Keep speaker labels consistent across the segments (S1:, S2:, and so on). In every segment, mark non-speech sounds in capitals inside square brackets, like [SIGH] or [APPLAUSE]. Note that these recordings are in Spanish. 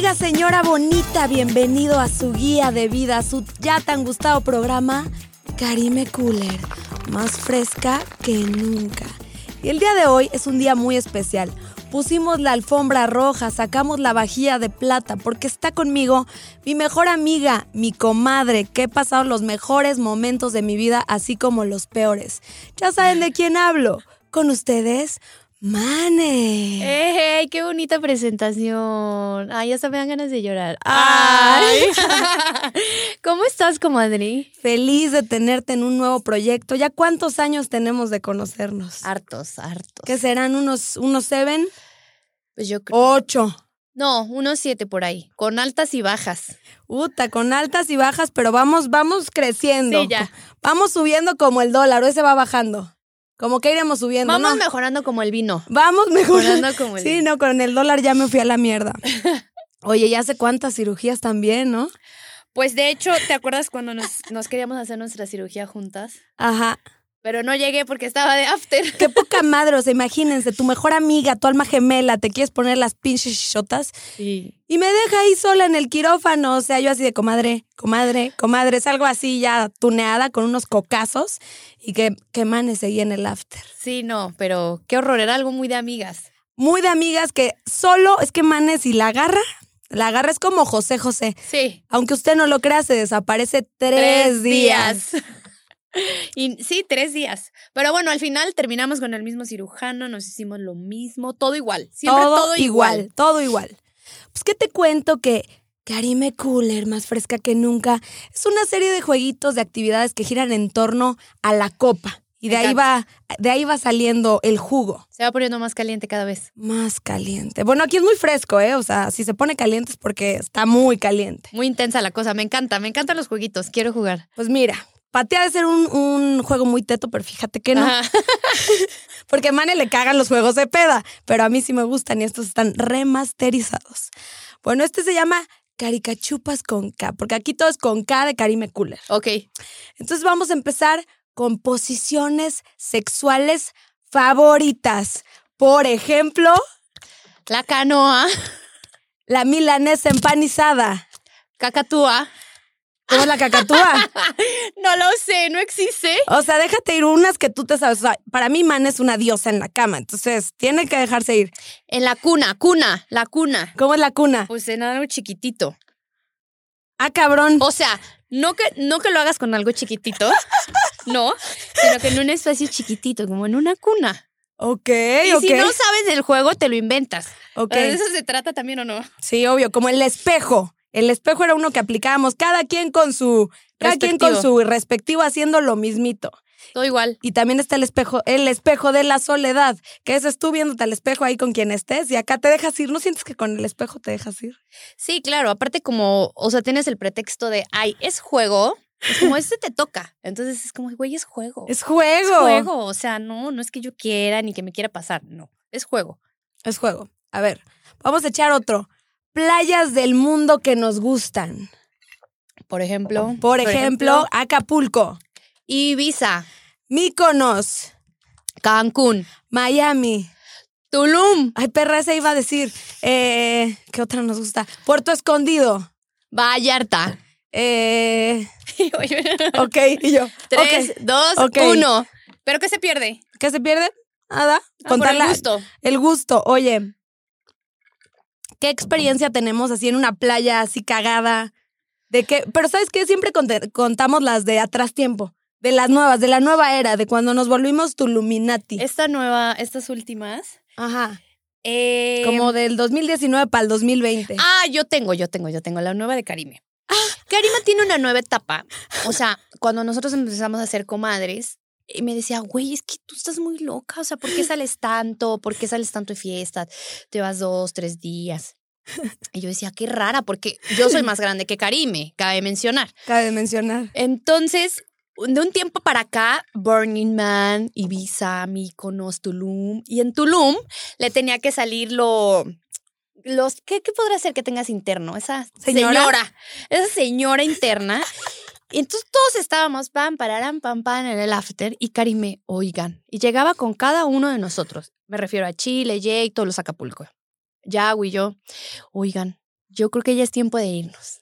S1: Hola señora bonita, bienvenido a su guía de vida, a su ya tan gustado programa Karime Cooler, más fresca que nunca. Y el día de hoy es un día muy especial. Pusimos la alfombra roja, sacamos la vajilla de plata, porque está conmigo mi mejor amiga, mi comadre, que he pasado los mejores momentos de mi vida, así como los peores. Ya saben de quién hablo. Con ustedes, Mane.
S2: Eh, ¡Ey! ¡Qué bonita presentación! Ay, ya se me dan ganas de llorar.
S1: Ay.
S2: ¡Ay! [LAUGHS] ¿Cómo estás, comadre?
S1: Feliz de tenerte en un nuevo proyecto. ¿Ya cuántos años tenemos de conocernos?
S2: Ah, Hartos, hartos.
S1: ¿Qué serán? ¿Unos, unos seven?
S2: Pues yo creo.
S1: Ocho.
S2: No, unos siete por ahí, con altas y bajas.
S1: Uta, con altas y bajas, pero vamos, vamos creciendo.
S2: Sí, ya.
S1: Vamos subiendo como el dólar, o ese va bajando. Como que iremos subiendo,
S2: Vamos
S1: ¿no?
S2: mejorando como el [LAUGHS] vino.
S1: Vamos mejorando.
S2: Mejorando como el
S1: Sí,
S2: vino.
S1: no, con el dólar ya me fui a la
S2: [LAUGHS]
S1: mierda. Oye, ya sé cuántas cirugías también, ¿no?
S2: Pues de hecho, ¿te acuerdas cuando nos, nos queríamos hacer nuestra cirugía juntas?
S1: Ajá.
S2: Pero no llegué porque estaba de after.
S1: Qué poca madre, o sea, imagínense, tu mejor amiga, tu alma gemela, te quieres poner las pinches shotas
S2: Sí.
S1: Y me deja ahí sola en el quirófano, o sea, yo así de comadre, comadre, comadre, salgo así ya tuneada con unos cocazos y que, que mane seguí en el after.
S2: Sí, no, pero qué horror, era algo muy de amigas.
S1: Muy de amigas que solo es que manes y la agarra, la agarra es como José José.
S2: Sí.
S1: Aunque usted no lo crea, se desaparece tres, días.
S2: [LAUGHS] Y, sí, tres días. Pero bueno, al final terminamos con el mismo cirujano, nos hicimos lo mismo, todo igual. Siempre todo, igual.
S1: todo igual. Pues qué te cuento que Karime Cooler, más fresca que nunca, es una serie de jueguitos de actividades que giran en torno a la copa. Y
S2: Me
S1: de ahí, va, de ahí va saliendo el jugo
S2: Se va poniendo más caliente cada vez.
S1: más caliente. Bueno, aquí es muy fresco, ¿eh? O sea, si se pone caliente es porque está muy caliente.
S2: Muy intensa la cosa, me encanta, me encantan los jueguitos, quiero jugar.
S1: Pues mira, patea de ser un, un juego muy teto, pero fíjate que no.
S2: Ajá.
S1: Porque a Mane le cagan los juegos de peda, pero a mí sí me gustan y estos están remasterizados. Bueno, este se llama Caricachupas con K, porque aquí todo es con K de Karime Cooler.
S2: Ok,
S1: Entonces vamos a empezar con posiciones sexuales favoritas. Por ejemplo,
S2: la canoa,
S1: la milanesa empanizada,
S2: cacatúa.
S1: como la
S2: [LAUGHS]
S1: cacatúa.
S2: No lo sé, no existe.
S1: O sea, déjate ir unas que tú te sabes. O sea, para mí Mane es una diosa en la cama, entonces tiene que dejarse ir.
S2: En la cuna, cuna, la cuna.
S1: ¿Cómo es la cuna?
S2: Pues en algo chiquitito.
S1: Ah, cabrón.
S2: O sea, no que, no que lo hagas con algo chiquitito, [LAUGHS] no, sino que en un espacio chiquitito, como en una cuna.
S1: Ok,
S2: Y
S1: ok.
S2: si eh, no sabes del juego, te lo inventas.
S1: ok.
S2: ¿De eso se trata también o no?
S1: Sí, obvio, como el espejo. El espejo era uno que aplicábamos cada quien con su cada quien con
S2: Respectivo.
S1: su respectivo haciendo lo mismito.
S2: Todo igual.
S1: Y también está el espejo, el espejo de la soledad, que ese es tú viéndote al espejo ahí con quien estés y acá te dejas ir, ¿no sientes que con el espejo te dejas ir?
S2: Sí, claro. Aparte, como, o sea, tienes el pretexto de, ay, es juego. Es como, este te toca. Entonces es como, güey, es juego.
S1: Es juego.
S2: Es juego. O sea, no, no es que yo quiera ni que me quiera pasar. No, es juego.
S1: Es juego. A ver, vamos a echar otro. Playas del mundo que nos gustan.
S2: Por ejemplo.
S1: Por, ejemplo, Acapulco,
S2: Ibiza,
S1: Míconos,
S2: Cancún,
S1: Miami.
S2: Tulum,
S1: Ay, perra, esa iba a decir. Eh, ¿Qué otra nos gusta? Puerto Escondido.
S2: Vallarta. [LAUGHS]
S1: Eh,
S2: Tres,
S1: ok, y
S2: [LAUGHS]
S1: yo. ok.
S2: dos,
S1: ok.
S2: uno. ¿Pero qué se pierde?
S1: ¿Qué se pierde? Nada.
S2: Ah, por
S1: Contar
S2: el
S1: la-
S2: gusto.
S1: el gusto. Oye, ¿qué experiencia tenemos así en una playa así cagada? De que, pero ¿sabes qué? Siempre conte- contamos las de atrás tiempo, de las nuevas, de la nueva era, de cuando nos volvimos Tuluminati.
S2: Esta nueva, estas últimas.
S1: Ajá.
S2: eh,
S1: Como del 2019 para el 2020.
S2: Ah, yo tengo, yo tengo, yo tengo la nueva de Karime. Karima tiene una nueva etapa. O sea, cuando nosotros empezamos a ser comadres, y me decía, güey, es que tú estás muy loca. O sea, ¿por qué sales tanto? ¿Por qué sales tanto de fiestas? Te vas dos, tres días. Y yo decía, qué rara, porque yo soy más grande que Karime, cabe mencionar.
S1: Cabe mencionar.
S2: Entonces, de un tiempo para acá, Burning Man, Ibiza, Mykonos, Tulum. Y en Tulum le tenía que salir lo... Los, ¿qué, qué podrá ser que tengas interno? Esa
S1: ¿Señora?
S2: señora. esa señora interna. Y entonces todos estábamos pam, pararán, pam, pam en el after y Karime, oigan. Y llegaba con cada uno de nosotros. Me refiero a Chile, Jake, todos los Acapulco. Yahweh y yo. Oigan, yo creo que ya es tiempo de irnos.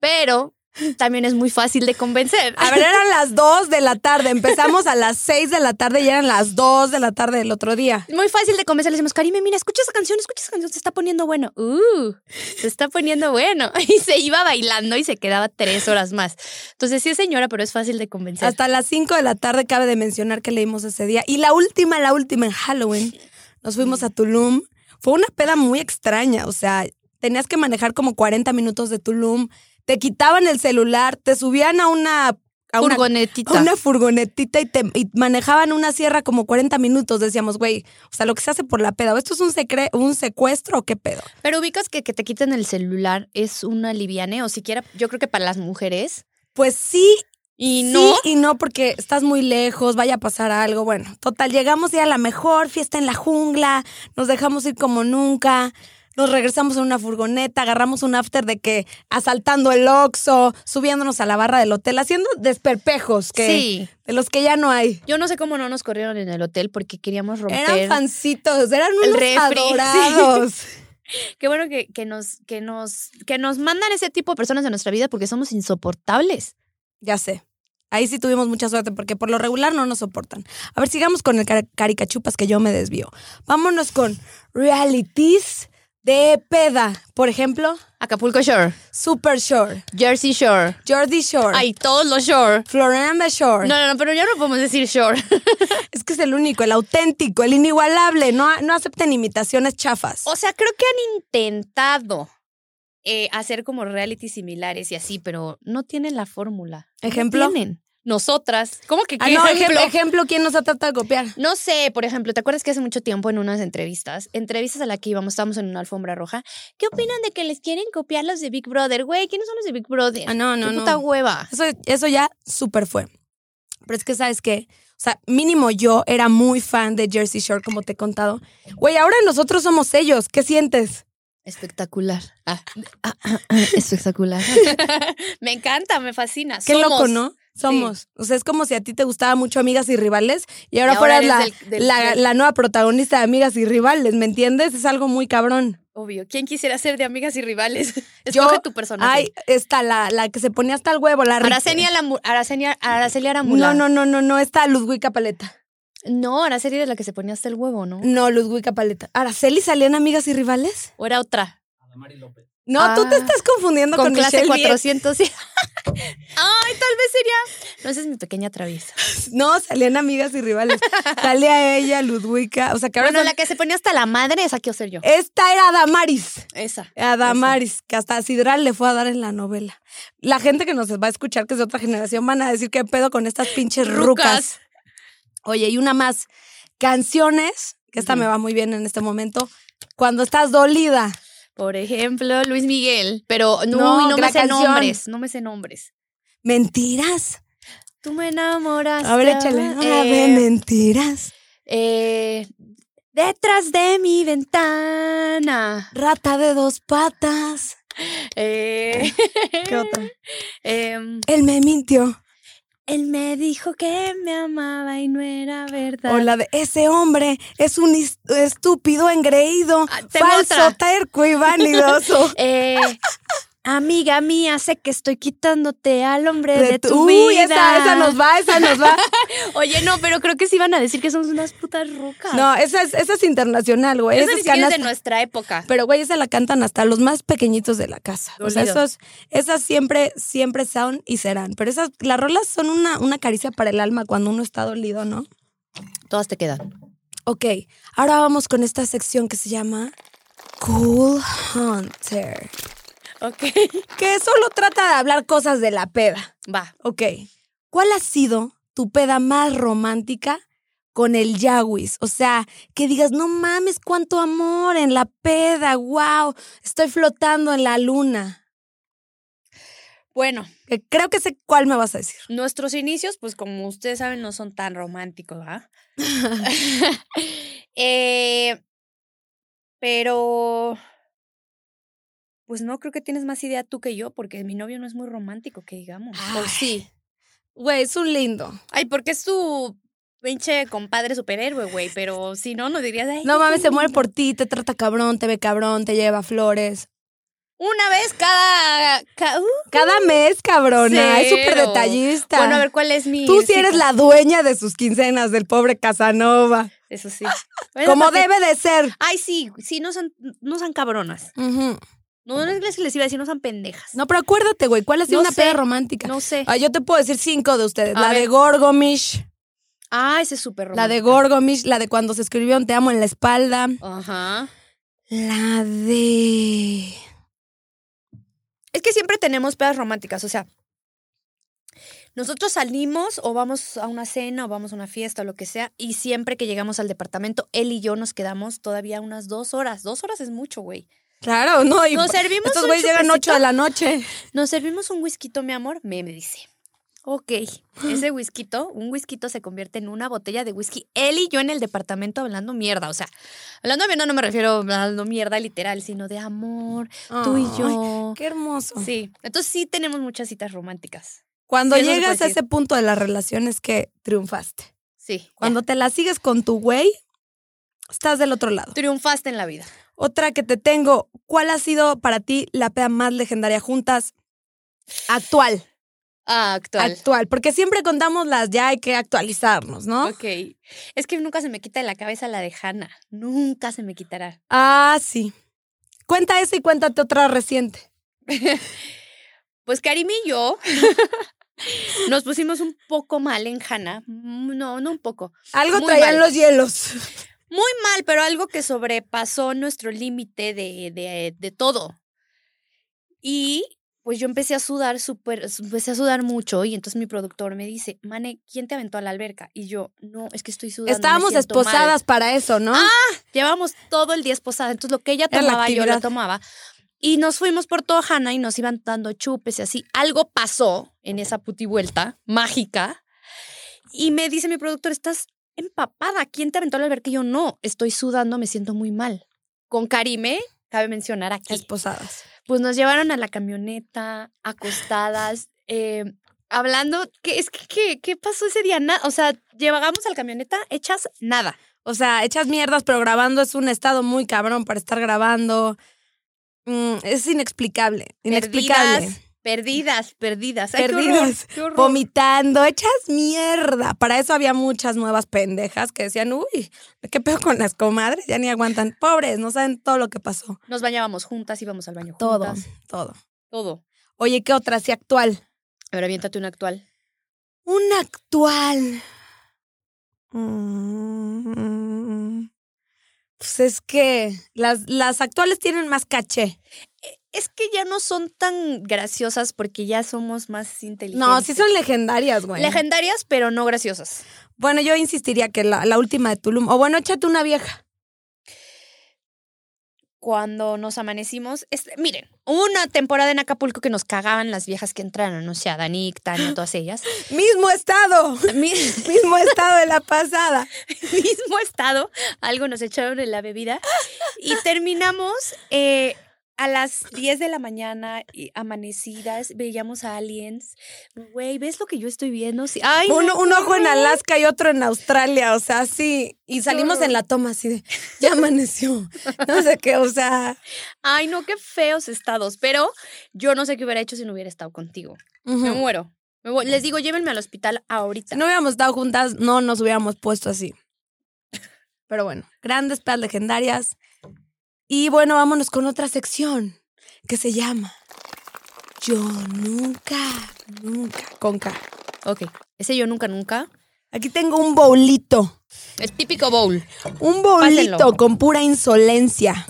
S2: Pero también es muy fácil de convencer.
S1: A ver, eran las 2 de la tarde. Empezamos a las 6 de la tarde y eran las 2 de la tarde del otro día.
S2: Muy fácil de convencer. Le decimos, Karime, mira, escucha esa canción, escucha esa canción, se está poniendo bueno. Uh, se está poniendo bueno. [LAUGHS] Y se iba bailando y se quedaba tres horas más. Entonces, sí es señora, pero es fácil de convencer.
S1: Hasta las 5 de la tarde cabe de mencionar que leímos ese día. Y la última, la última en Halloween, nos fuimos a Tulum. Fue una peda muy extraña. O sea, tenías que manejar como 40 minutos de Tulum te quitaban el celular, te subían a una... A una-
S2: Furgonetita.
S1: a Una, furgonetita y, te, y manejaban una sierra como 40 minutos. Decíamos, güey, o sea, lo que se hace por la peda, ¿o esto es un, secre un secuestro o qué pedo?
S2: Pero ubicas que que te quiten el celular es un alivianeo, siquiera, yo creo que para las mujeres.
S1: Pues sí
S2: Y no.
S1: Sí y no, porque estás muy lejos, vaya a pasar algo. Bueno, total, llegamos ya a la mejor fiesta en la jungla, nos dejamos ir como nunca, nos regresamos en una furgoneta, agarramos un after de que asaltando el Oxxo, subiéndonos a la barra del hotel, haciendo desperpejos que,
S2: Sí.
S1: de los que ya no hay.
S2: Yo no sé cómo no nos corrieron en el hotel porque queríamos romper.
S1: Eran fancitos, eran
S2: el
S1: unos
S2: refri, [LAUGHS]
S1: adorados.
S2: Qué bueno que, que nos, que nos, que nos mandan ese tipo de personas a nuestra vida porque somos insoportables.
S1: Ya sé. Ahí sí tuvimos mucha suerte porque por lo regular no nos soportan. A ver, sigamos con el car- caricachupas que yo me desvío. Vámonos con realities de peda. Por ejemplo,
S2: Acapulco Shore,
S1: Super Shore,
S2: Jersey Shore.
S1: Jordi Shore,
S2: Ay, todos los Shore.
S1: Floramba Shore.
S2: No, no, no, pero ya no podemos decir Shore. [LAUGHS]
S1: Es que es el único, el auténtico, el inigualable. No, no acepten imitaciones chafas.
S2: O sea, creo que han intentado eh, hacer como reality similares y así, pero no tienen la fórmula. No
S1: ¿Ejemplo?
S2: tienen. Nosotras. ¿Cómo que qué
S1: Ah, no,
S2: ejemplo?
S1: ejemplo, ejemplo, ¿quién nos ha tratado de copiar?
S2: No sé, por ejemplo, ¿te acuerdas que hace mucho tiempo en unas entrevistas, entrevistas a la que íbamos, estábamos en una alfombra roja? ¿Qué opinan de que les quieren copiar los de Big Brother? Güey, ¿quiénes son los de Big Brother?
S1: Ah, no, no,
S2: ¡Qué
S1: no.
S2: puta hueva!
S1: Eso, eso ya súper fue. Pero es que, ¿sabes qué? O sea, mínimo yo era muy fan de Jersey Shore, como te he contado. Güey, ahora nosotros somos ellos. ¿Qué sientes?
S2: Espectacular. Ah, ah, ah, ah, espectacular. [LAUGHS] me encanta, me fascina.
S1: Qué
S2: Somos.
S1: loco, ¿no? Somos. O sea, es como si a ti te gustaba mucho Amigas y Rivales y ahora,
S2: Y ahora
S1: fueras
S2: eres
S1: la,
S2: del- del-
S1: la-
S2: del-
S1: la nueva protagonista de Amigas y Rivales, ¿me entiendes? Es algo muy cabrón.
S2: Obvio. ¿Quién quisiera ser de amigas y rivales? [LAUGHS]
S1: Yo-
S2: Escoge tu personaje.
S1: Ay, está la, la que se ponía hasta el huevo, la Richter.
S2: Aracenia Lamu- Aracenia- Araceli Arámbula.
S1: No, no, no, no, no, está Ludwika Paleta.
S2: No, Araceli era la que se ponía hasta el huevo, ¿no?
S1: No, Ludwika Paleta. ¿Araceli salía en Amigas y Rivales?
S2: O era otra.
S1: No, tú te
S2: Ah.
S1: estás confundiendo con,
S2: con, clase
S1: Michelle Viet. [LAUGHS]
S2: 400. Ay, tal vez sería. No, esa es mi pequeña traviesa.
S1: No, salían amigas y
S2: [LAUGHS]
S1: rivales. Salía ella, Ludwika. O sea, que ahora.
S2: bueno,
S1: son-
S2: la que se ponía hasta la madre, esa quiero ser yo.
S1: Esta era Adamaris.
S2: Esa.
S1: Adamaris, que hasta a Sidral le fue a dar en la novela. La gente que nos va a escuchar, que es de otra generación, van a decir qué pedo con estas pinches rucas.
S2: Rucas.
S1: Oye, y una más. Canciones, que esta
S2: Ujú.
S1: me va muy bien en este momento. Cuando estás dolida.
S2: Por ejemplo, Luis Miguel. Pero no,
S1: No,
S2: uy, no me
S1: gran
S2: sé
S1: canción.
S2: nombres. No me sé nombres.
S1: Mentiras.
S2: Tú me enamoras.
S1: A ver, échale. Ah, Una
S2: Eh,
S1: de mentiras.
S2: eh, detrás de mi ventana.
S1: Rata de dos patas.
S2: Eh, [LAUGHS]
S1: ¿Qué otra?
S2: em,
S1: Él me mintió.
S2: Él me dijo que me amaba y no era verdad.
S1: O la de ese hombre es un is- estúpido, engreído,
S2: Ah, tengo
S1: falso,
S2: otra.
S1: terco y
S2: [LAUGHS]
S1: vanidoso.
S2: Eh, amiga mía, sé que estoy quitándote al hombre de,
S1: De
S2: tu
S1: tu-
S2: vida.
S1: Uy, esa, esa nos va, esa nos
S2: [LAUGHS]
S1: va.
S2: Oye, no, pero creo que sí van a decir que somos unas putas rucas.
S1: No, esa es, esa es internacional, güey.
S2: esa
S1: Esa
S2: ni
S1: es
S2: siquiera es de
S1: canasta.
S2: nuestra época.
S1: Pero, güey, esa la cantan hasta los más pequeñitos de la casa. O sea,
S2: Dolidos.
S1: esos, esas siempre, siempre son y serán. Pero esas, las rolas son una, una caricia para el alma cuando uno está dolido, ¿no?
S2: Todas te quedan.
S1: Ok, ahora vamos con esta sección que se llama Cool Hunter.
S2: Ok.
S1: Que solo trata de hablar cosas de la peda.
S2: Va.
S1: Ok. ¿Cuál ha sido tu peda más romántica con el Yawis? O sea, que digas, no mames, cuánto amor en la peda, wow, estoy flotando en la luna.
S2: Bueno,
S1: Que creo que sé cuál me vas a decir.
S2: nuestros inicios, pues como ustedes saben, no son tan
S1: [LAUGHS]
S2: románticos, ¿verdad? [LAUGHS] Eh, pero, pues no, creo que tienes más idea tú que yo, porque mi novio no es muy romántico, que digamos. ¿O
S1: Ay.
S2: sí?
S1: Güey, es un lindo.
S2: Ay, porque es tu pinche compadre superhéroe, güey, pero si no, no dirías, ay,
S1: No
S2: es
S1: mames,
S2: un
S1: se muere
S2: niño".
S1: por ti, te trata cabrón, te ve cabrón, te lleva flores.
S2: [LAUGHS] Una vez cada. ca- uh,
S1: Cada mes, cabrona. Es súper
S2: cero.
S1: detallista.
S2: Bueno, a ver, ¿cuál es mi.
S1: Tú sí
S2: sí,
S1: eres la dueña de sus quincenas del pobre Casanova. [LAUGHS]
S2: Eso sí.
S1: Como
S2: de
S1: debe de ser.
S2: Ay, sí, sí, no son, no son cabronas.
S1: Ujú.
S2: No, no es que les iba a decir, no son pendejas.
S1: No, pero acuérdate, güey, ¿cuál ha sido
S2: No
S1: una
S2: sé.
S1: peda romántica?
S2: No sé.
S1: Ah, yo te puedo decir cinco de ustedes.
S2: A
S1: la de
S2: ver.
S1: Gorgomish,
S2: Ah, ese es súper
S1: la de
S2: romántico.
S1: Gorgomish, la de cuando se escribió un te amo en la espalda,
S2: Ajá.
S1: la de...
S2: Es que siempre tenemos pedas románticas, o sea, nosotros salimos o vamos a una cena o vamos a una fiesta o lo que sea, y siempre que llegamos al departamento, él y yo nos quedamos todavía unas dos horas. Dos horas es mucho, güey.
S1: Claro, ¿no? Y
S2: Nos servimos
S1: pues, estos
S2: un
S1: güeyes llegan
S2: chupecito.
S1: 8 de la noche.
S2: Nos servimos un whisky, mi amor, me, me dice. Ok,
S1: [GASPS]
S2: ese whisky, un whisky se convierte en una botella de whisky. Él y yo en el departamento hablando mierda, o sea, hablando mierda no me refiero a hablando mierda literal, sino de amor, tú y yo.
S1: Ay, Qué hermoso.
S2: Sí, entonces sí tenemos muchas citas románticas.
S1: Cuando
S2: Sí, eso se puede
S1: llegas a
S2: decir.
S1: ese punto de las relaciones que triunfaste.
S2: Sí.
S1: Cuando te la sigues con tu güey, estás del otro lado.
S2: Triunfaste en la vida.
S1: Otra que te tengo, ¿cuál ha sido para ti la peda más legendaria juntas? Actual,
S2: Ah,
S1: actual,
S2: actual.
S1: porque siempre contamos las ya hay que actualizarnos, ¿no?
S2: Ok. Es que nunca se me quita de la cabeza la de Hannah. Nunca se me quitará.
S1: Ah, sí. Cuenta esa y cuéntate otra reciente.
S2: Pues Karim
S1: [LAUGHS]
S2: y yo nos pusimos un poco mal en Hannah. Mm, No, no un poco.
S1: Algo
S2: Muy
S1: traían
S2: mal.
S1: los hielos.
S2: Muy mal, pero algo que sobrepasó nuestro límite de, de- de todo. Y pues yo empecé a sudar súper, empecé a sudar mucho y entonces mi productor me dice, Mane, ¿quién te aventó a la alberca? Y yo, no, es que estoy sudando.
S1: [LAUGHS]
S2: me
S1: Estábamos
S2: siento mal".
S1: esposadas para eso, ¿no?
S2: Llevamos todo el día esposada, entonces lo que ella
S1: Era la
S2: tomaba, yo
S1: actividad.
S2: lo tomaba. Y nos fuimos por todo Hanna y nos iban dando chupes y así. Algo pasó en esa puti vuelta mágica. Y me dice mi productor, estás empapada. ¿Quién te aventó al alberca? Y yo, no, estoy sudando, me siento muy mal. Con Karime, cabe mencionar aquí.
S1: Esposadas.
S2: Pues nos llevaron a la camioneta, acostadas, eh, hablando. ¿Qué, es que, ¿qué, ¿Qué pasó ese día? Na- o sea, llegamos a la camioneta hechas nada.
S1: O sea, echas mierdas, pero grabando es un estado muy cabrón para estar grabando. Mm, es inexplicable, inexplicable.
S2: Perdidas, perdidas, perdidas.
S1: Perdidas,
S2: Qué horror, qué horror.
S1: vomitando, echas mierda. Para eso había muchas nuevas pendejas que decían, uy, ¿qué pedo con las comadres? Ya ni aguantan. Pobres, no saben todo lo que pasó.
S2: Nos bañábamos juntas, íbamos al baño
S1: Todo,
S2: juntas.
S1: todo.
S2: Todo.
S1: Oye, ¿qué otra? Sí, actual.
S2: Ahora aviéntate una actual.
S1: Una actual. Mm, Pues es que las, las actuales tienen más caché.
S2: Es que ya no son tan graciosas porque ya somos más inteligentes.
S1: No, sí son legendarias, güey.
S2: legendarias, pero no graciosas.
S1: bueno, yo insistiría que la, la última de Tulum. O bueno, échate una vieja.
S2: Cuando nos amanecimos, es- miren, hubo una temporada en Acapulco que nos cagaban las viejas que entraron, o sea, Danik, [GASPS] Tania, todas ellas.
S1: Mismo estado.
S2: Mi-
S1: [LAUGHS] Mismo estado de la pasada.
S2: [LAUGHS] mismo estado, algo nos echaron en la bebida y terminamos eh, a las 10 de la mañana y amanecidas, veíamos a aliens. Güey, ¿ves lo que yo estoy viendo? Sí. Ay,
S1: Un,
S2: no,
S1: un
S2: qué
S1: ojo en
S2: horror.
S1: Alaska y otro en Australia, o sea, sí. Y salimos
S2: horror.
S1: en la toma así de, ya [LAUGHS] amaneció. No sé qué, o sea.
S2: Ay, no, qué feos estados, pero yo no sé qué hubiera hecho si no hubiera estado contigo. Me
S1: ujú.
S2: muero. Me voy- Les digo, llévenme al hospital ahorita.
S1: Si Mm. no hubiéramos estado juntas, no nos hubiéramos puesto así. Pero bueno, grandes pedas legendarias. Y bueno, vámonos con otra sección que se llama Yo nunca, nunca, con K.
S2: Ok, ese yo nunca, nunca.
S1: Aquí tengo un bolito.
S2: El típico bowl.
S1: Un bolito
S2: Pásenlo.
S1: con pura insolencia.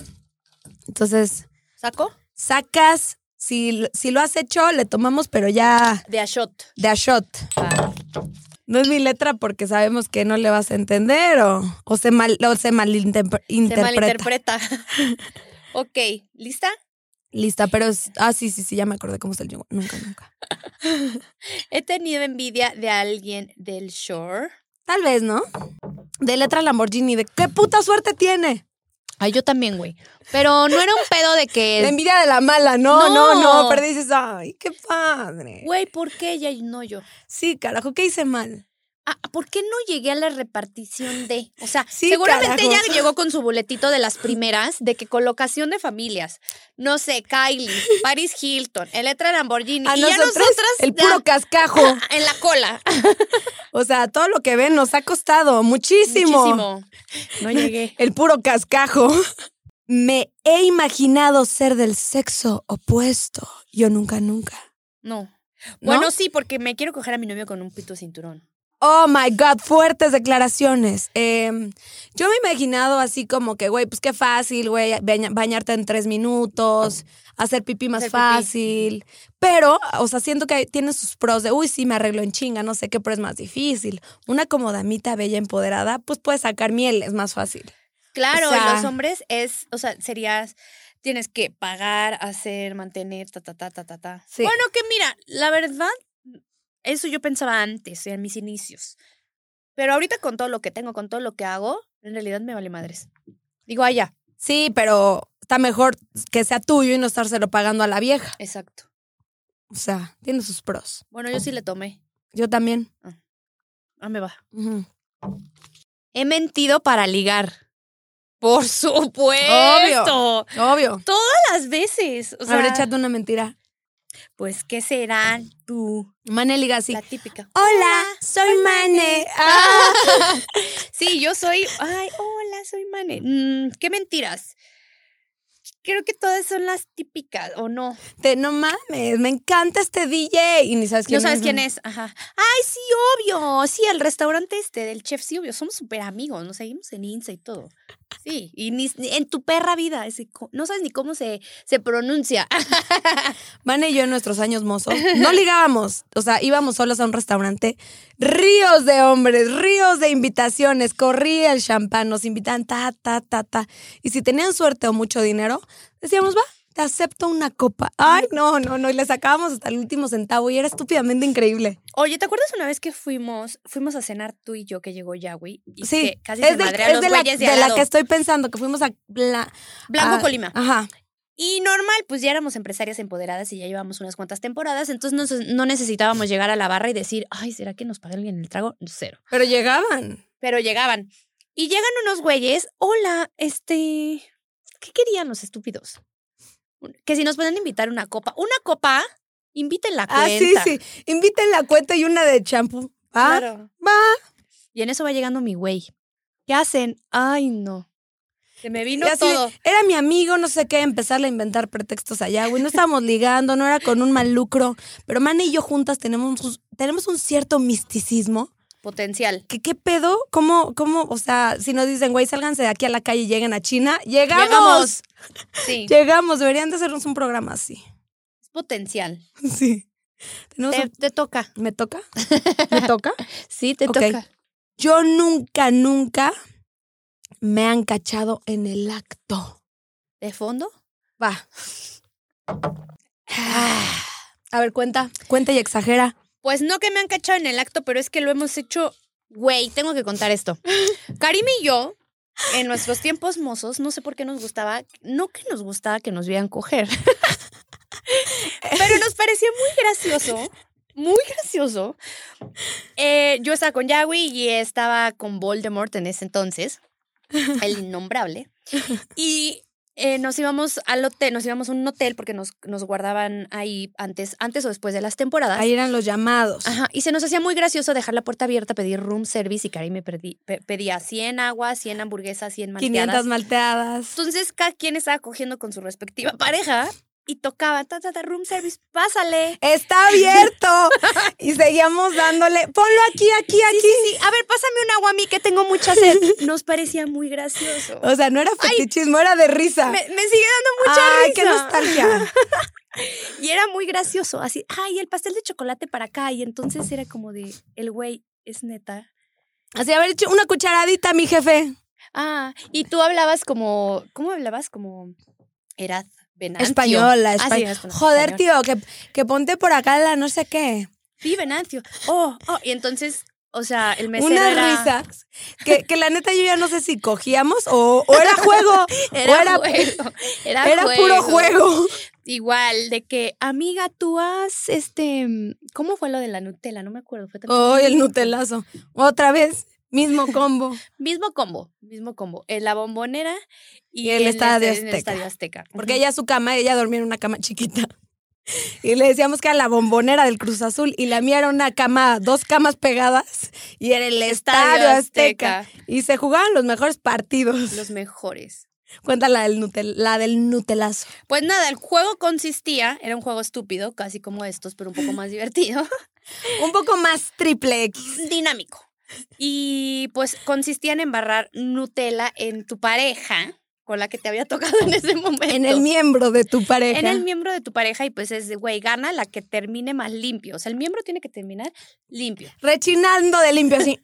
S1: Entonces,
S2: ¿Saco?
S1: sacas, si, si lo has hecho, le tomamos, pero ya
S2: De a shot.
S1: de a shot.
S2: Ah,
S1: No es mi letra porque sabemos que no le vas a entender o, o se, mal, o se malinterpre-
S2: se
S1: interpreta.
S2: malinterpreta. [LAUGHS] ok, ¿lista?
S1: Lista, pero es- ah, sí, sí, sí, ya me acordé cómo es el jingle. Nunca, nunca.
S2: He tenido envidia de alguien del shore.
S1: Tal vez, ¿no? De letra Lamborghini, de qué puta suerte tiene.
S2: Ay, yo también, güey. Pero no era un pedo de
S1: La
S2: que.
S1: envidia de la mala, no, no, no,
S2: No.
S1: pero dices, ay, qué padre.
S2: Güey, ¿por qué ella y no yo?
S1: Sí, carajo, ¿qué hice mal?
S2: ah, ¿por qué no llegué a la repartición de? O sea,
S1: Sí,
S2: seguramente
S1: carajo.
S2: ella llegó con su boletito [LAUGHS] de las primeras de que colocación de familias, no sé, Kylie, Paris Hilton, Eletra Lamborghini,
S1: A
S2: y
S1: nosotras,
S2: ya nosotras
S1: el
S2: ya
S1: puro cascajo.
S2: en la cola.
S1: O sea, todo lo que ven nos ha costado
S2: [LAUGHS] Muchísimo. No llegué.
S1: El puro cascajo. Me he imaginado ser del sexo opuesto. Yo nunca, nunca.
S2: No.
S1: ¿No?
S2: Bueno, sí, porque me quiero coger a mi novio con un pito cinturón.
S1: Oh my God, fuertes declaraciones. Em, yo me he imaginado así como que, güey, pues qué fácil, güey, baña- bañarte en tres minutos, hacer pipí más
S2: Hacer pipí.
S1: fácil. Pero, o sea, siento que tiene sus pros de, uy, sí, me arreglo en chinga, no sé qué, pero es más difícil. Una como damita bella empoderada, pues puede sacar miel, es más fácil.
S2: Claro,
S1: O sea-
S2: y los hombres es, o sea, serías, tienes que pagar, hacer, mantener, ta, ta, ta, ta, ta, ta.
S1: Sí.
S2: Bueno, que mira, la verdad, eso yo pensaba antes, en mis inicios. Pero ahorita con todo lo que tengo, con todo lo que hago, en realidad me vale madres. Digo, allá.
S1: "Ah, Sí, pero está mejor que sea tuyo y no estárselo pagando a la vieja.
S2: Exacto.
S1: O sea, tiene sus pros.
S2: Bueno, yo sí le tomé.
S1: Yo también.
S2: Ah, me va.
S1: Ujú.
S2: He mentido para ligar. Por [LAUGHS] supuesto.
S1: Obvio.
S2: Todas las veces. O sea,
S1: Habré echado una mentira.
S2: pues, ¿qué será tú?
S1: Mane liga así.
S2: La típica.
S1: Hola, soy Mane. Ah.
S2: [LAUGHS] Sí, yo soy. Ay, hola, soy Mane. Mm, qué mentiras. Creo que todas son las típicas, ¿o no?
S1: Te, no mames, me encanta este DJ. Y ni sabes quién
S2: No sabes quién es. Ajá. Ay, sí, obvio. Sí, el restaurante este del chef, sí, obvio. Somos súper amigos. Nos seguimos en Insta y todo. Sí, y ni, ni- en tu perra vida. ese co- no sabes ni cómo se, se pronuncia.
S1: Mane y yo en nuestros años
S2: [LAUGHS]
S1: mozos no ligábamos. O sea, íbamos solos a un restaurante. Ríos de hombres, ríos de invitaciones. Corría el champán, nos invitaban ta, ta, ta, ta. Y si tenían suerte o mucho dinero, decíamos, va, te acepto una copa. Ay, no, no, no. Y le sacábamos hasta el último centavo y era estúpidamente increíble.
S2: Oye, ¿te acuerdas una vez que fuimos fuimos a cenar tú y yo que llegó Yahweh? Y
S1: Sí,
S2: que casi
S1: es,
S2: se
S1: del-
S2: madrea
S1: es
S2: los
S1: de, la,
S2: güeyes de,
S1: de
S2: al
S1: la
S2: lado.
S1: que estoy pensando, que fuimos a... Bla,
S2: Blanco
S1: a-
S2: Colima.
S1: Ajá.
S2: Y normal, pues ya éramos empresarias empoderadas y ya llevamos unas cuantas temporadas, entonces no, no necesitábamos llegar a la barra y decir, ay, ¿será que nos paga alguien el trago? Cero.
S1: Pero llegaban.
S2: Pero llegaban. Y llegan unos güeyes, hola, este, ¿qué querían los estúpidos? Un- Que si nos pueden invitar una copa. Una copa, inviten la cuenta.
S1: Ah, sí, sí. Inviten la cuenta y una de champú. Ah,
S2: Claro.
S1: va.
S2: Y en eso va llegando mi güey. ¿Qué hacen? Ay, no. Se me vino
S1: Y así de,
S2: todo.
S1: Era mi amigo, no sé qué, empezarle a inventar pretextos allá, güey. No estábamos ligando, no era con un mal lucro. Pero Mane y yo juntas tenemos, un- tenemos un cierto misticismo.
S2: Potencial.
S1: que qué pedo? ¿Cómo, cómo? O sea, si nos dicen, güey, sálganse de aquí a la calle y lleguen a China, ¡llegamos! Llegamos,
S2: Llegamos. Sí.
S1: deberían de hacernos un programa así. [LAUGHS]
S2: Es potencial.
S1: Sí. Tenemos
S2: Te, te toca.
S1: un- ¿Me toca? ¿Me toca?
S2: Sí, te
S1: Ok.
S2: toca.
S1: Yo nunca, nunca me han cachado en el acto.
S2: ¿De fondo?
S1: Va. Ah. A ver, cuenta. Cuenta y exagera.
S2: Pues no que me han cachado en el acto, pero es que lo hemos hecho. Güey, tengo que contar esto. Karim y yo, en nuestros tiempos mozos, no sé por qué nos gustaba, no que nos gustaba que nos vieran coger, [LAUGHS] pero nos parecía muy gracioso, muy gracioso. Eh, yo estaba con Yahweh y estaba con Voldemort en ese entonces, el innombrable, y eh, nos íbamos al hotel, nos íbamos a un hotel porque nos, nos guardaban ahí antes, antes o después de las temporadas.
S1: Ahí eran los llamados.
S2: Ah. Ajá, y se nos hacía muy gracioso dejar la puerta abierta, pedir room service y Karim me perdí- pe- pedía 100 aguas, 100 hamburguesas, 100
S1: 500
S2: manteadas.
S1: malteadas.
S2: Entonces cada quien estaba cogiendo con su respectiva pareja y tocaba, ta, ta, ta, room service, pásale.
S1: ¡Está abierto!
S2: [LAUGHS]
S1: y seguíamos dándole. Ponlo aquí, aquí, aquí. [LAUGHS]
S2: Sí, a ver, pásame un agua a mí que tengo mucha sed. Nos parecía muy gracioso.
S1: O sea, no era fetichismo, era de risa.
S2: Me, me sigue dando mucha
S1: ¡Ay, qué
S2: risa. [LAUGHS]
S1: nostalgia!
S2: Y era muy gracioso, así, ay, el pastel de chocolate para acá. Y entonces era como de, el güey es neta.
S1: Así, haber hecho una cucharadita, mi jefe.
S2: Ah, y tú hablabas como, ¿cómo hablabas? Como Eraz Venancio.
S1: Española,
S2: Ah, sí,
S1: española.
S2: eras con-
S1: Joder, tío,
S2: español.
S1: que, que ponte por acá la no sé qué.
S2: Sí, Venancio. Oh, oh, y entonces, o sea, el mesero
S1: Unas
S2: era-
S1: risas. Que, que la neta yo ya no sé si
S2: [LAUGHS]
S1: cogíamos o, o era juego.
S2: [LAUGHS] Era,
S1: o era, [LAUGHS]
S2: juego, era
S1: era puro juego.
S2: Igual, de que, amiga, tú has, este, ¿cómo fue lo de la Nutella? No me acuerdo. Fue también-
S1: ¡Oh, el Nutelazo! Otra vez, mismo combo.
S2: Mismo combo, mismo combo. En la bombonera y,
S1: Y el
S2: en este,
S1: Estadio
S2: en el
S1: Azteca.
S2: Estadio Azteca.
S1: Porque
S2: Ujú.
S1: ella su cama, ella dormía en una cama chiquita. [LAUGHS] Y le decíamos que era la bombonera del Cruz Azul. Y la mía era una cama, dos camas pegadas. Y era el Estadio, Azteca. Y se jugaban los mejores partidos.
S2: Los mejores.
S1: Cuenta la del, Nutel- la del Nutelazo.
S2: Pues nada, el juego consistía, era un juego estúpido, casi como estos, pero un poco
S1: [LAUGHS]
S2: más divertido,
S1: Un poco más triple X.
S2: dinámico. Y pues consistía en embarrar Nutella en tu pareja, con la que te había tocado en ese momento.
S1: En el miembro de tu pareja.
S2: en el miembro de tu pareja y pues es, de, güey, gana la que termine más limpio. O sea, el miembro tiene que terminar limpio.
S1: Rechinando de limpio así.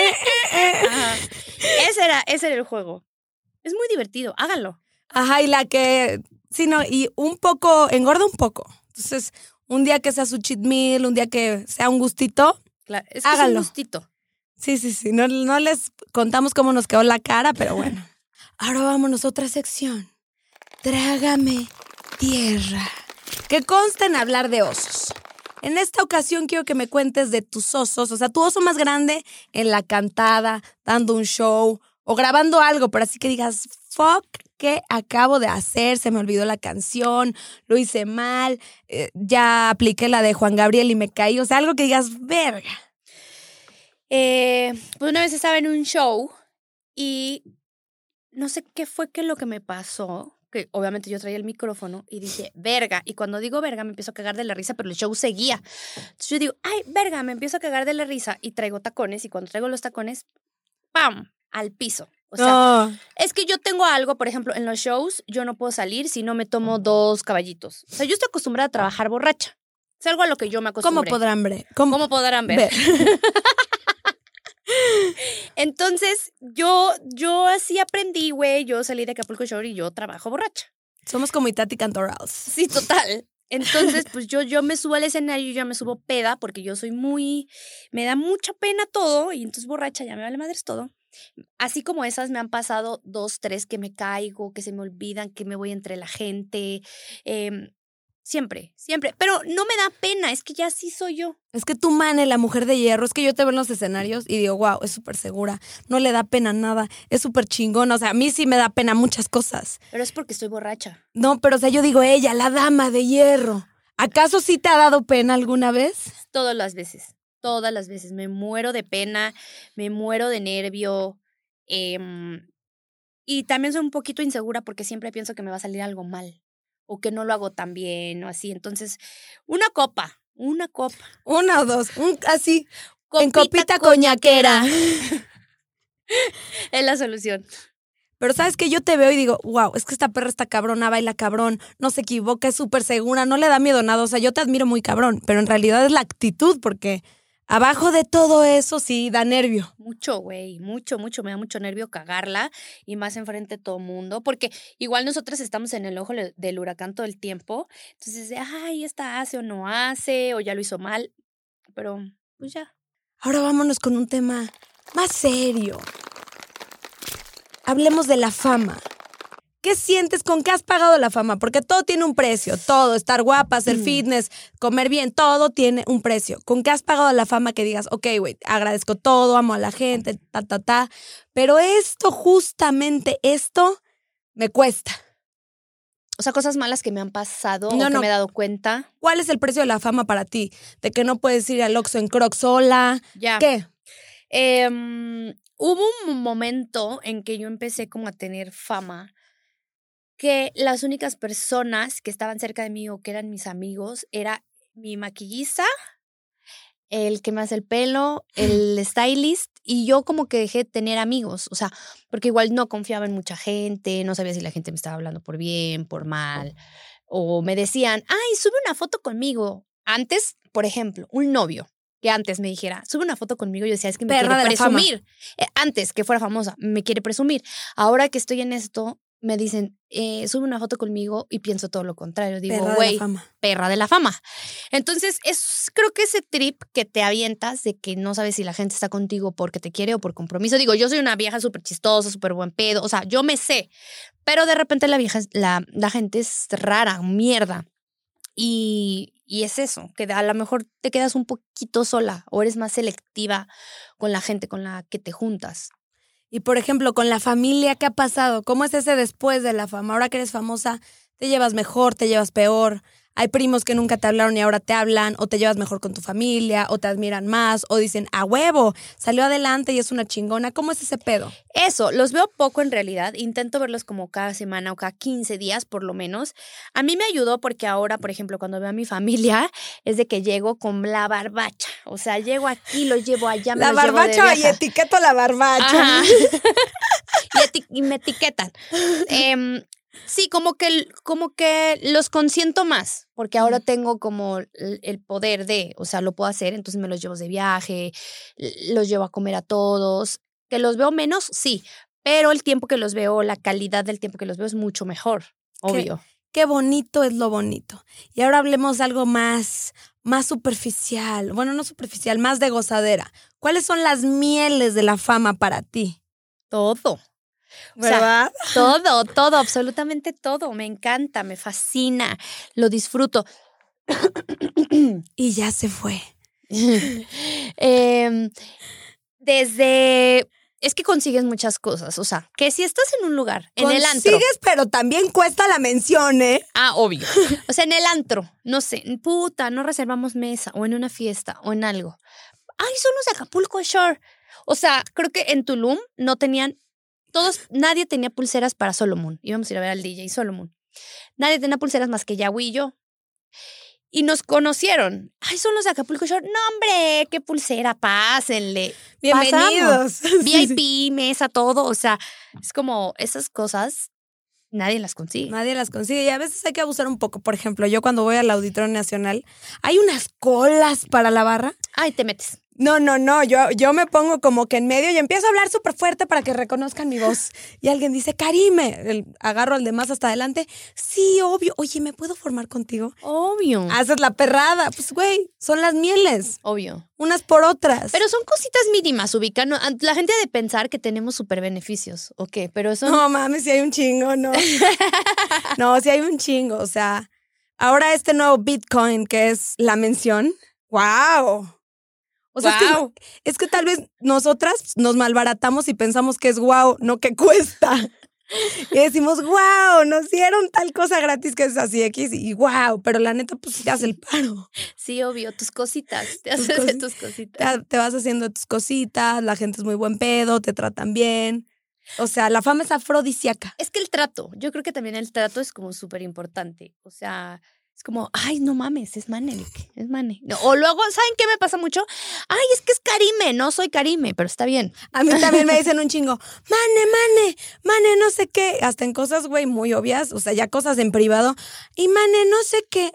S1: [LAUGHS]
S2: Ajá. Ese, era, ese era el juego. Es muy divertido, háganlo.
S1: Ajá, y la que. Sí, no, y un poco, engorda un poco. Entonces, un día que sea su cheat meal, un día que sea un gustito,
S2: Claro, es que es un
S1: Háganlo.
S2: gustito.
S1: Sí, sí, sí. No, no les contamos cómo nos quedó la cara,
S2: [LAUGHS]
S1: pero bueno. Ahora vámonos a otra sección. Trágame tierra. Que consta en hablar de osos. En esta ocasión quiero que me cuentes de tus osos, o sea, tu oso más grande en la cantada, dando un show o grabando algo, pero así que digas, fuck, ¿qué acabo de hacer? Se me olvidó la canción, lo hice mal, eh, ya apliqué la de Juan Gabriel y me caí, o sea, algo que digas, verga.
S2: Eh, pues una vez estaba en un show y no sé qué fue que lo que me pasó, que obviamente yo traía el micrófono y dije, verga, y cuando digo verga me empiezo a cagar de la risa, pero el show seguía. Entonces yo digo, ay, verga, me empiezo a cagar de la risa y traigo tacones y cuando traigo los tacones, ¡pam!, al piso. O sea,
S1: No.
S2: es que yo tengo algo, por ejemplo, en los shows yo no puedo salir si no me tomo dos caballitos. O sea, yo estoy acostumbrada a trabajar borracha. Es algo a lo que yo me
S1: ¿Cómo
S2: acostumbré.
S1: podrán ver? ¿Cómo,
S2: ¿Cómo podrán ver?
S1: ver?
S2: Entonces, yo, yo así aprendí, güey. Yo salí de Acapulco Shore y yo trabajo borracha. [LAUGHS]
S1: Somos como Itati Cantorals.
S2: Sí, total. Entonces, pues yo, yo me subo al escenario, yo ya me subo peda, porque yo soy muy. Me da mucha pena todo, y entonces borracha ya me vale madres todo. Así como esas me han pasado dos, tres que me caigo, que se me olvidan, que me voy entre la gente. em, siempre, siempre. Pero no me da pena, es que ya sí soy yo.
S1: Es que tú, Mane, la mujer de hierro, es que yo te veo en los escenarios y digo, wow, es súper segura, no le da pena nada, es súper chingona. O sea, a mí sí me da pena muchas cosas.
S2: Pero es porque estoy borracha.
S1: No, pero o sea, yo digo, ella, la dama de hierro. ¿Acaso sí te ha dado pena alguna vez?
S2: todas las veces, todas las veces. Me muero de pena, me muero de nervio. em, y también soy un poquito insegura porque siempre pienso que me va a salir algo mal o que no lo hago tan bien o así. Entonces, una copa, una copa.
S1: Una o dos, un- así, en copita
S2: copita
S1: coñaquera.
S2: es la solución.
S1: Pero sabes que yo te veo y digo, wow, es que esta perra está cabrona, baila cabrón, no se equivoca, es súper segura, no le da miedo nada. O sea, yo te admiro muy cabrón, pero en realidad es la actitud, porque abajo de todo eso sí da nervio.
S2: Mucho, güey, mucho, mucho. Me da mucho nervio cagarla y más enfrente de todo mundo, porque igual nosotras estamos en el ojo le- del huracán todo el tiempo. Entonces, de, ay, esta hace o no hace, o ya lo hizo mal. Pero, pues ya.
S1: Ahora vámonos con un tema más serio. Hablemos de la fama. ¿Qué sientes con qué has pagado la fama? Porque todo tiene un precio, todo, estar guapa, hacer
S2: Mm.
S1: fitness, comer bien, todo tiene un precio. ¿Con qué has pagado la fama que digas, ok, güey, agradezco todo, amo a la gente, ta, ta, ta? Pero esto, justamente esto, me cuesta.
S2: O sea, cosas malas que me han pasado
S1: No,
S2: o que
S1: no.
S2: me he dado cuenta.
S1: ¿Cuál es el precio de la fama para ti? De que no puedes ir al Oxxo en Crocs sola.
S2: Ya.
S1: ¿Qué?
S2: Em, hubo un momento en que yo empecé como a tener fama que las únicas personas que estaban cerca de mí o que eran mis amigos era mi maquillista, el que me hace
S1: [LAUGHS]
S2: el pelo, el stylist y yo como que dejé de tener amigos, o sea, porque igual no confiaba en mucha gente, no sabía si la gente me estaba hablando por bien,
S1: Oh.
S2: por mal, o me decían, ay, sube una foto conmigo. Antes, por ejemplo, un novio que antes me dijera, sube una foto conmigo, yo decía, es que me
S1: Perra
S2: quiere
S1: de la fama.
S2: presumir. Eh, Antes que fuera famosa, me quiere presumir. Ahora que estoy en esto, me dicen, eh, sube una foto conmigo y pienso todo lo contrario. Digo,
S1: Perra de la
S2: güey,
S1: fama.
S2: perra de la fama. Entonces, es creo que ese trip que te avientas de que no sabes si la gente está contigo porque te quiere o por compromiso. Digo, yo soy una vieja súper chistosa, súper buen pedo, o sea, yo me sé, pero de repente la vieja, es- la, la gente es rara, mierda. Y, y es eso, que a lo mejor te quedas un poquito sola o eres más selectiva con la gente con la que te juntas.
S1: Y por ejemplo, con la familia, ¿qué ha pasado? ¿Cómo es ese después de la fama? Ahora que eres famosa, ¿te llevas mejor, te llevas peor? Hay primos que nunca te hablaron y ahora te hablan, o te llevas mejor con tu familia, o te admiran más, o dicen, a huevo, salió adelante y es una chingona. ¿Cómo es ese pedo?
S2: Eso, los veo poco en realidad. Intento verlos como cada semana o cada 15 días por lo menos. A mí me ayudó porque ahora, por ejemplo, cuando veo a mi [LAUGHS] familia, es de que llego con la barbacha. O sea, llego aquí, los llevo allá. me
S1: la
S2: los llevo de
S1: barbacha y
S2: viaje.
S1: etiqueto a la barbacha.
S2: Ajá. y, eti- y me etiquetan. Em, sí, como que, como que los consiento más, porque ahora tengo como el, el poder de, o sea, lo puedo hacer, entonces me los llevo de viaje, l- los llevo a comer a todos. ¿Que los veo menos? Sí, pero el tiempo que los veo, la calidad del tiempo que los veo es mucho mejor, obvio.
S1: Qué bonito es lo bonito. Y ahora hablemos de algo más, más superficial. Bueno, no superficial, más de gozadera. ¿Cuáles son las mieles de la fama para ti?
S2: Todo. O sea, Todo, todo, absolutamente todo. Me encanta, me fascina, lo disfruto.
S1: y ya se fue.
S2: [LAUGHS] Em, desde. Es que consigues muchas cosas. O sea, que si estás en un lugar, en el antro.
S1: Consigues, pero también cuesta la mención, ¿eh?
S2: Ah, obvio. [LAUGHS] O sea, en el antro, no sé, puta, no reservamos mesa, o en una fiesta, o en algo. Ay, son los de Acapulco Shore. O sea, creo que en Tulum no tenían. Todos, nadie tenía pulseras para Solomon. Íbamos a ir a ver al DJ Solomon. Nadie tenía pulseras más que Yahweh y yo. Y nos conocieron. Ay, son los de Acapulco Shore. No, hombre, qué pulsera, pásenle.
S1: Bienvenidos. [LAUGHS] Sí,
S2: VIP,
S1: sí.
S2: mesa, todo. O sea, es como esas cosas nadie las consigue.
S1: Nadie las consigue y a veces hay que abusar un poco. Por ejemplo, yo cuando voy al Auditorio Nacional, hay unas colas para la barra.
S2: Ay, te metes.
S1: No, no, no, yo, yo me pongo como que en medio y empiezo a hablar súper fuerte para que reconozcan mi voz. Y alguien dice, Karime, El- agarro al demás hasta adelante. Sí, obvio. Oye, ¿me puedo formar contigo?
S2: Obvio.
S1: Haces la perrada. Pues, güey, son las mieles,
S2: Obvio.
S1: unas por otras.
S2: Pero son cositas mínimas, ubican. No, an- La gente ha de pensar que tenemos super beneficios, ¿ok? Pero son.
S1: No mames, si hay un chingo, no. no, si hay un chingo, o sea, ahora este nuevo Bitcoin que es la mención, wow. O sea, es que-
S2: Guau.
S1: es, que, tal vez nosotras nos malbaratamos y pensamos que es wow, no que cuesta. Y decimos, wow, nos dieron tal cosa gratis que es así X y wow, pero la neta, pues te hace el paro.
S2: Sí, obvio, tus cositas. Te
S1: Tus Ah.
S2: haces de
S1: cosi-
S2: tus cositas.
S1: Te, te vas haciendo tus cositas, la gente es muy buen pedo, te tratan bien. O sea, la fama es afrodisíaca.
S2: Es que el trato, yo creo que también el trato es como súper importante. O sea, es como, ay, no mames, es Manelik, es Mane. No, o luego, ¿saben qué me pasa mucho? Ay, es que es Karime, no soy Karime, pero está bien.
S1: A mí también me dicen un chingo, mane, mane, mane, no sé qué. Hasta en cosas, güey, muy obvias, o sea, ya cosas en privado. Y mane, no sé qué.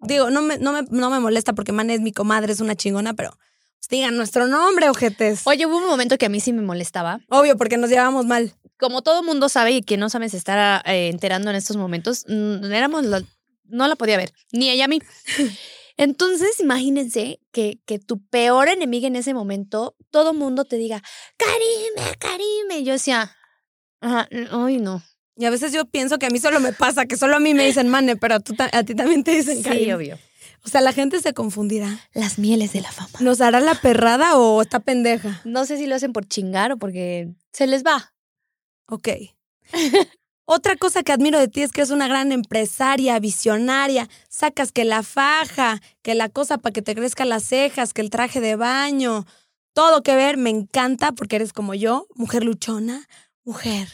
S1: Digo, no me, no me, no me molesta porque mane es mi comadre, es una chingona, pero pues, digan nuestro nombre, ojetes.
S2: Oye, hubo un momento que a mí sí me molestaba.
S1: Obvio, porque nos llevamos mal.
S2: Como todo mundo sabe y quien no sabe se estará eh, enterando en estos momentos, mm, éramos la- no la podía ver, ni ella a mí. Entonces, imagínense que, que tu peor enemiga en ese momento, todo mundo te diga, Karime, Karime. Yo decía, "Ajá, mm, ay, no.
S1: Y a veces yo pienso que a mí solo me pasa, que solo a mí me dicen mane, pero a, tú ta- a ti también te dicen
S2: Sí,
S1: cariño.
S2: obvio.
S1: O sea, la gente se confundirá.
S2: Las mieles de la fama.
S1: ¿Nos hará la perrada o está pendeja?
S2: No sé si lo hacen por chingar o porque se les va.
S1: Ok. Otra cosa que admiro de ti es que es una gran empresaria, visionaria. Sacas que la faja, que la cosa para que te crezcan las cejas, que el traje de baño. Todo que ver, me encanta porque eres como yo, mujer luchona, mujer.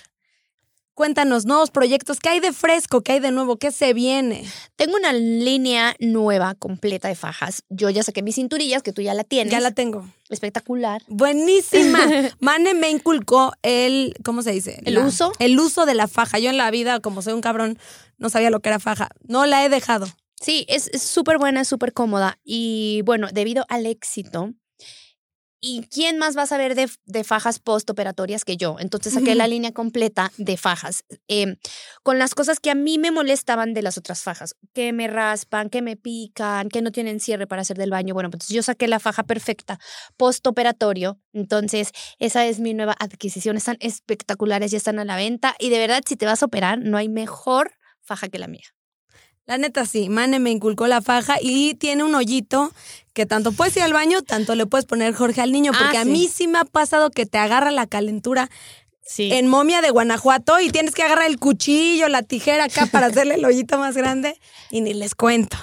S1: Cuéntanos nuevos proyectos. ¿Qué hay de fresco? ¿Qué hay de nuevo? ¿Qué se viene?
S2: Tengo una línea nueva, completa de fajas. Yo ya saqué mis cinturillas, que tú ya la tienes.
S1: Ya la tengo.
S2: Espectacular. [LAUGHS]
S1: Buenísima. Mane me inculcó el, ¿cómo se dice?
S2: ¿El
S1: La-
S2: uso?
S1: El uso de la faja. Yo en la vida, como soy un cabrón, no sabía lo que era faja. No la he dejado.
S2: Sí, es es súper buena, es súper cómoda. Y bueno, debido al éxito, ¿Y quién más va a saber de, de fajas postoperatorias que yo? Entonces saqué la línea completa de fajas, eh, con las cosas que a mí me molestaban de las otras fajas, que me raspan, que me pican, que no tienen cierre para hacer del baño. Bueno, pues yo saqué la faja perfecta postoperatorio. Entonces, esa es mi nueva adquisición. Están espectaculares, ya están a la venta. Y de verdad, si te vas a operar, no hay mejor faja que la mía.
S1: La neta sí, Mane me inculcó la faja y tiene un hoyito que tanto puedes ir al baño, tanto le puedes poner Jorge al niño,
S2: Ah,
S1: porque a
S2: sí.
S1: mí sí me ha pasado que te agarra la calentura
S2: Sí.
S1: en momia de Guanajuato y tienes que agarrar el cuchillo, la tijera acá
S2: [LAUGHS]
S1: para hacerle el hoyito más grande y ni les cuento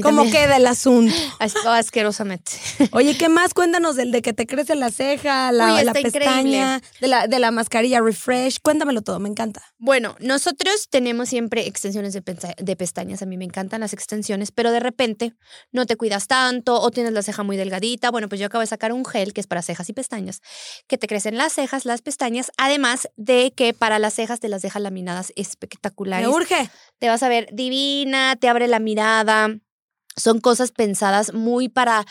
S1: cómo queda el
S2: [LAUGHS]
S1: asunto.
S2: As- oh, asquerosamente. [LAUGHS]
S1: Oye, ¿qué más? Cuéntanos del de que te crece la ceja, la,
S2: Uy,
S1: la
S2: está
S1: pestaña, de la, de la mascarilla refresh. Cuéntamelo todo, me encanta.
S2: Bueno, nosotros tenemos siempre extensiones de, pensa- de pestañas. A mí me encantan las extensiones, pero de repente no te cuidas tanto o tienes la ceja muy delgadita. Bueno, pues yo acabo de sacar un gel que es para cejas y pestañas, que te crecen las cejas, las pestañas, además de que para las cejas te las deja laminadas
S1: Me
S2: espectaculares.
S1: urge.
S2: te vas a ver divina, te abre la mirada. Son cosas pensadas muy para,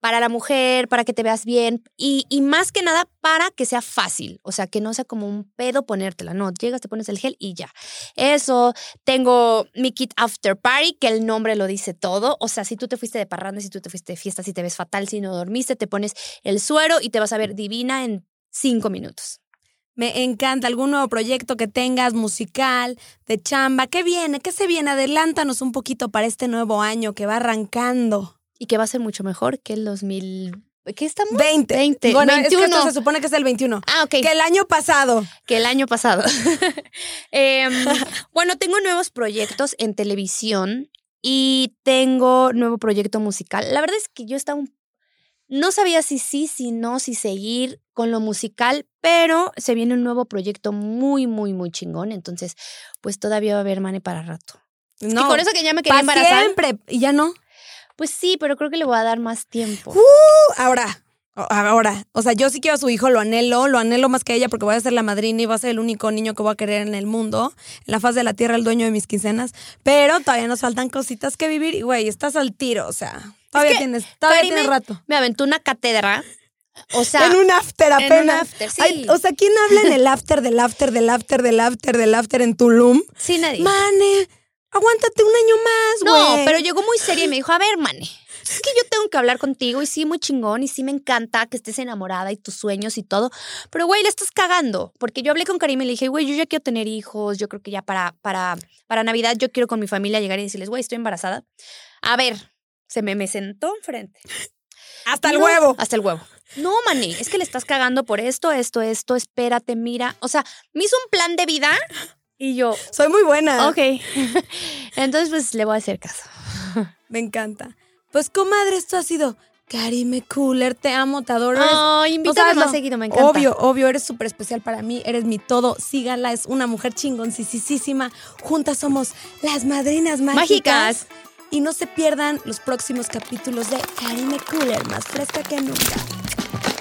S2: para la mujer, para que te veas bien y, y más que nada para que sea fácil, o sea, que no sea como un pedo ponértela, no, llegas, te pones el gel y ya. Eso, tengo mi kit after party, que el nombre lo dice todo, o sea, si tú te fuiste de parranda, si tú te fuiste de fiesta, si te ves fatal, si no dormiste, te pones el suero y te vas a ver divina en cinco minutos.
S1: Me encanta algún nuevo proyecto que tengas, musical, de chamba. ¿Qué viene? ¿Qué se viene? Adelántanos un poquito para este nuevo año que va arrancando.
S2: Y que va a ser mucho mejor que el 2000... ¿Qué estamos?
S1: 20.
S2: 20,
S1: Bueno, es que
S2: 21.
S1: esto se supone que es el 21.
S2: Ah, ok.
S1: Que el año pasado.
S2: que el año pasado. [LAUGHS]
S1: [LAUGHS]
S2: Em, bueno, tengo nuevos proyectos en televisión y tengo nuevo proyecto musical. La verdad es que yo estaba un- No sabía si sí, si no, si seguir con lo musical, pero se viene un nuevo proyecto muy, muy, muy chingón. Entonces, pues todavía va a haber mane para rato.
S1: No.
S2: Y con eso que ya me quería
S1: para
S2: embarazar.
S1: siempre. Y ya no.
S2: Pues sí, pero creo que le voy a dar más tiempo.
S1: Uh, ahora. o- Ahora, o sea, yo sí quiero a su hijo, lo anhelo, lo anhelo más que a ella porque voy a ser la madrina y va a ser el único niño que voy a querer en el mundo, en la faz de la tierra, el dueño de mis quincenas, pero todavía nos faltan cositas que vivir y güey, estás al tiro, o sea, todavía
S2: que,
S1: tienes, todavía
S2: Karime,
S1: tienes rato.
S2: Me aventó una cátedra. O sea,
S1: en un after apenas.
S2: after, sí.
S1: Ay, o sea, ¿quién habla en el after del after del after del after del after en Tulum?
S2: sí, nadie.
S1: Mane, aguántate un año más,
S2: No,
S1: güey.
S2: pero llegó muy seria y me dijo, a ver, Mane, es que yo tengo que hablar contigo y sí, muy chingón y sí me encanta que estés enamorada y tus sueños y todo, pero güey, la estás cagando, porque yo hablé con Karim y le dije, güey, yo ya quiero tener hijos, yo creo que ya para, para, para Navidad yo quiero con mi familia llegar y decirles, güey, estoy embarazada. A ver, se me, me sentó enfrente.
S1: hasta el
S2: No,
S1: huevo.
S2: Hasta el huevo. No, Mane, es que le estás cagando por esto, esto, esto, espérate, mira. O sea, me hizo un plan de vida y yo,
S1: Soy muy buena.
S2: ok. [LAUGHS] Entonces, pues le voy a hacer caso.
S1: Me encanta. Pues, comadre, esto ha sido Karime Cooler. Te amo, te adoro. eres-
S2: No,
S1: no
S2: invítame
S1: sabes
S2: más
S1: lo-
S2: seguido, me encanta.
S1: Obvio, obvio, eres súper especial para mí, eres mi todo, síganla, es una mujer chingoncísima, juntas somos las madrinas mágicas.
S2: Mágicas.
S1: Y no se pierdan los próximos capítulos de Karime Cooler, más fresca que nunca.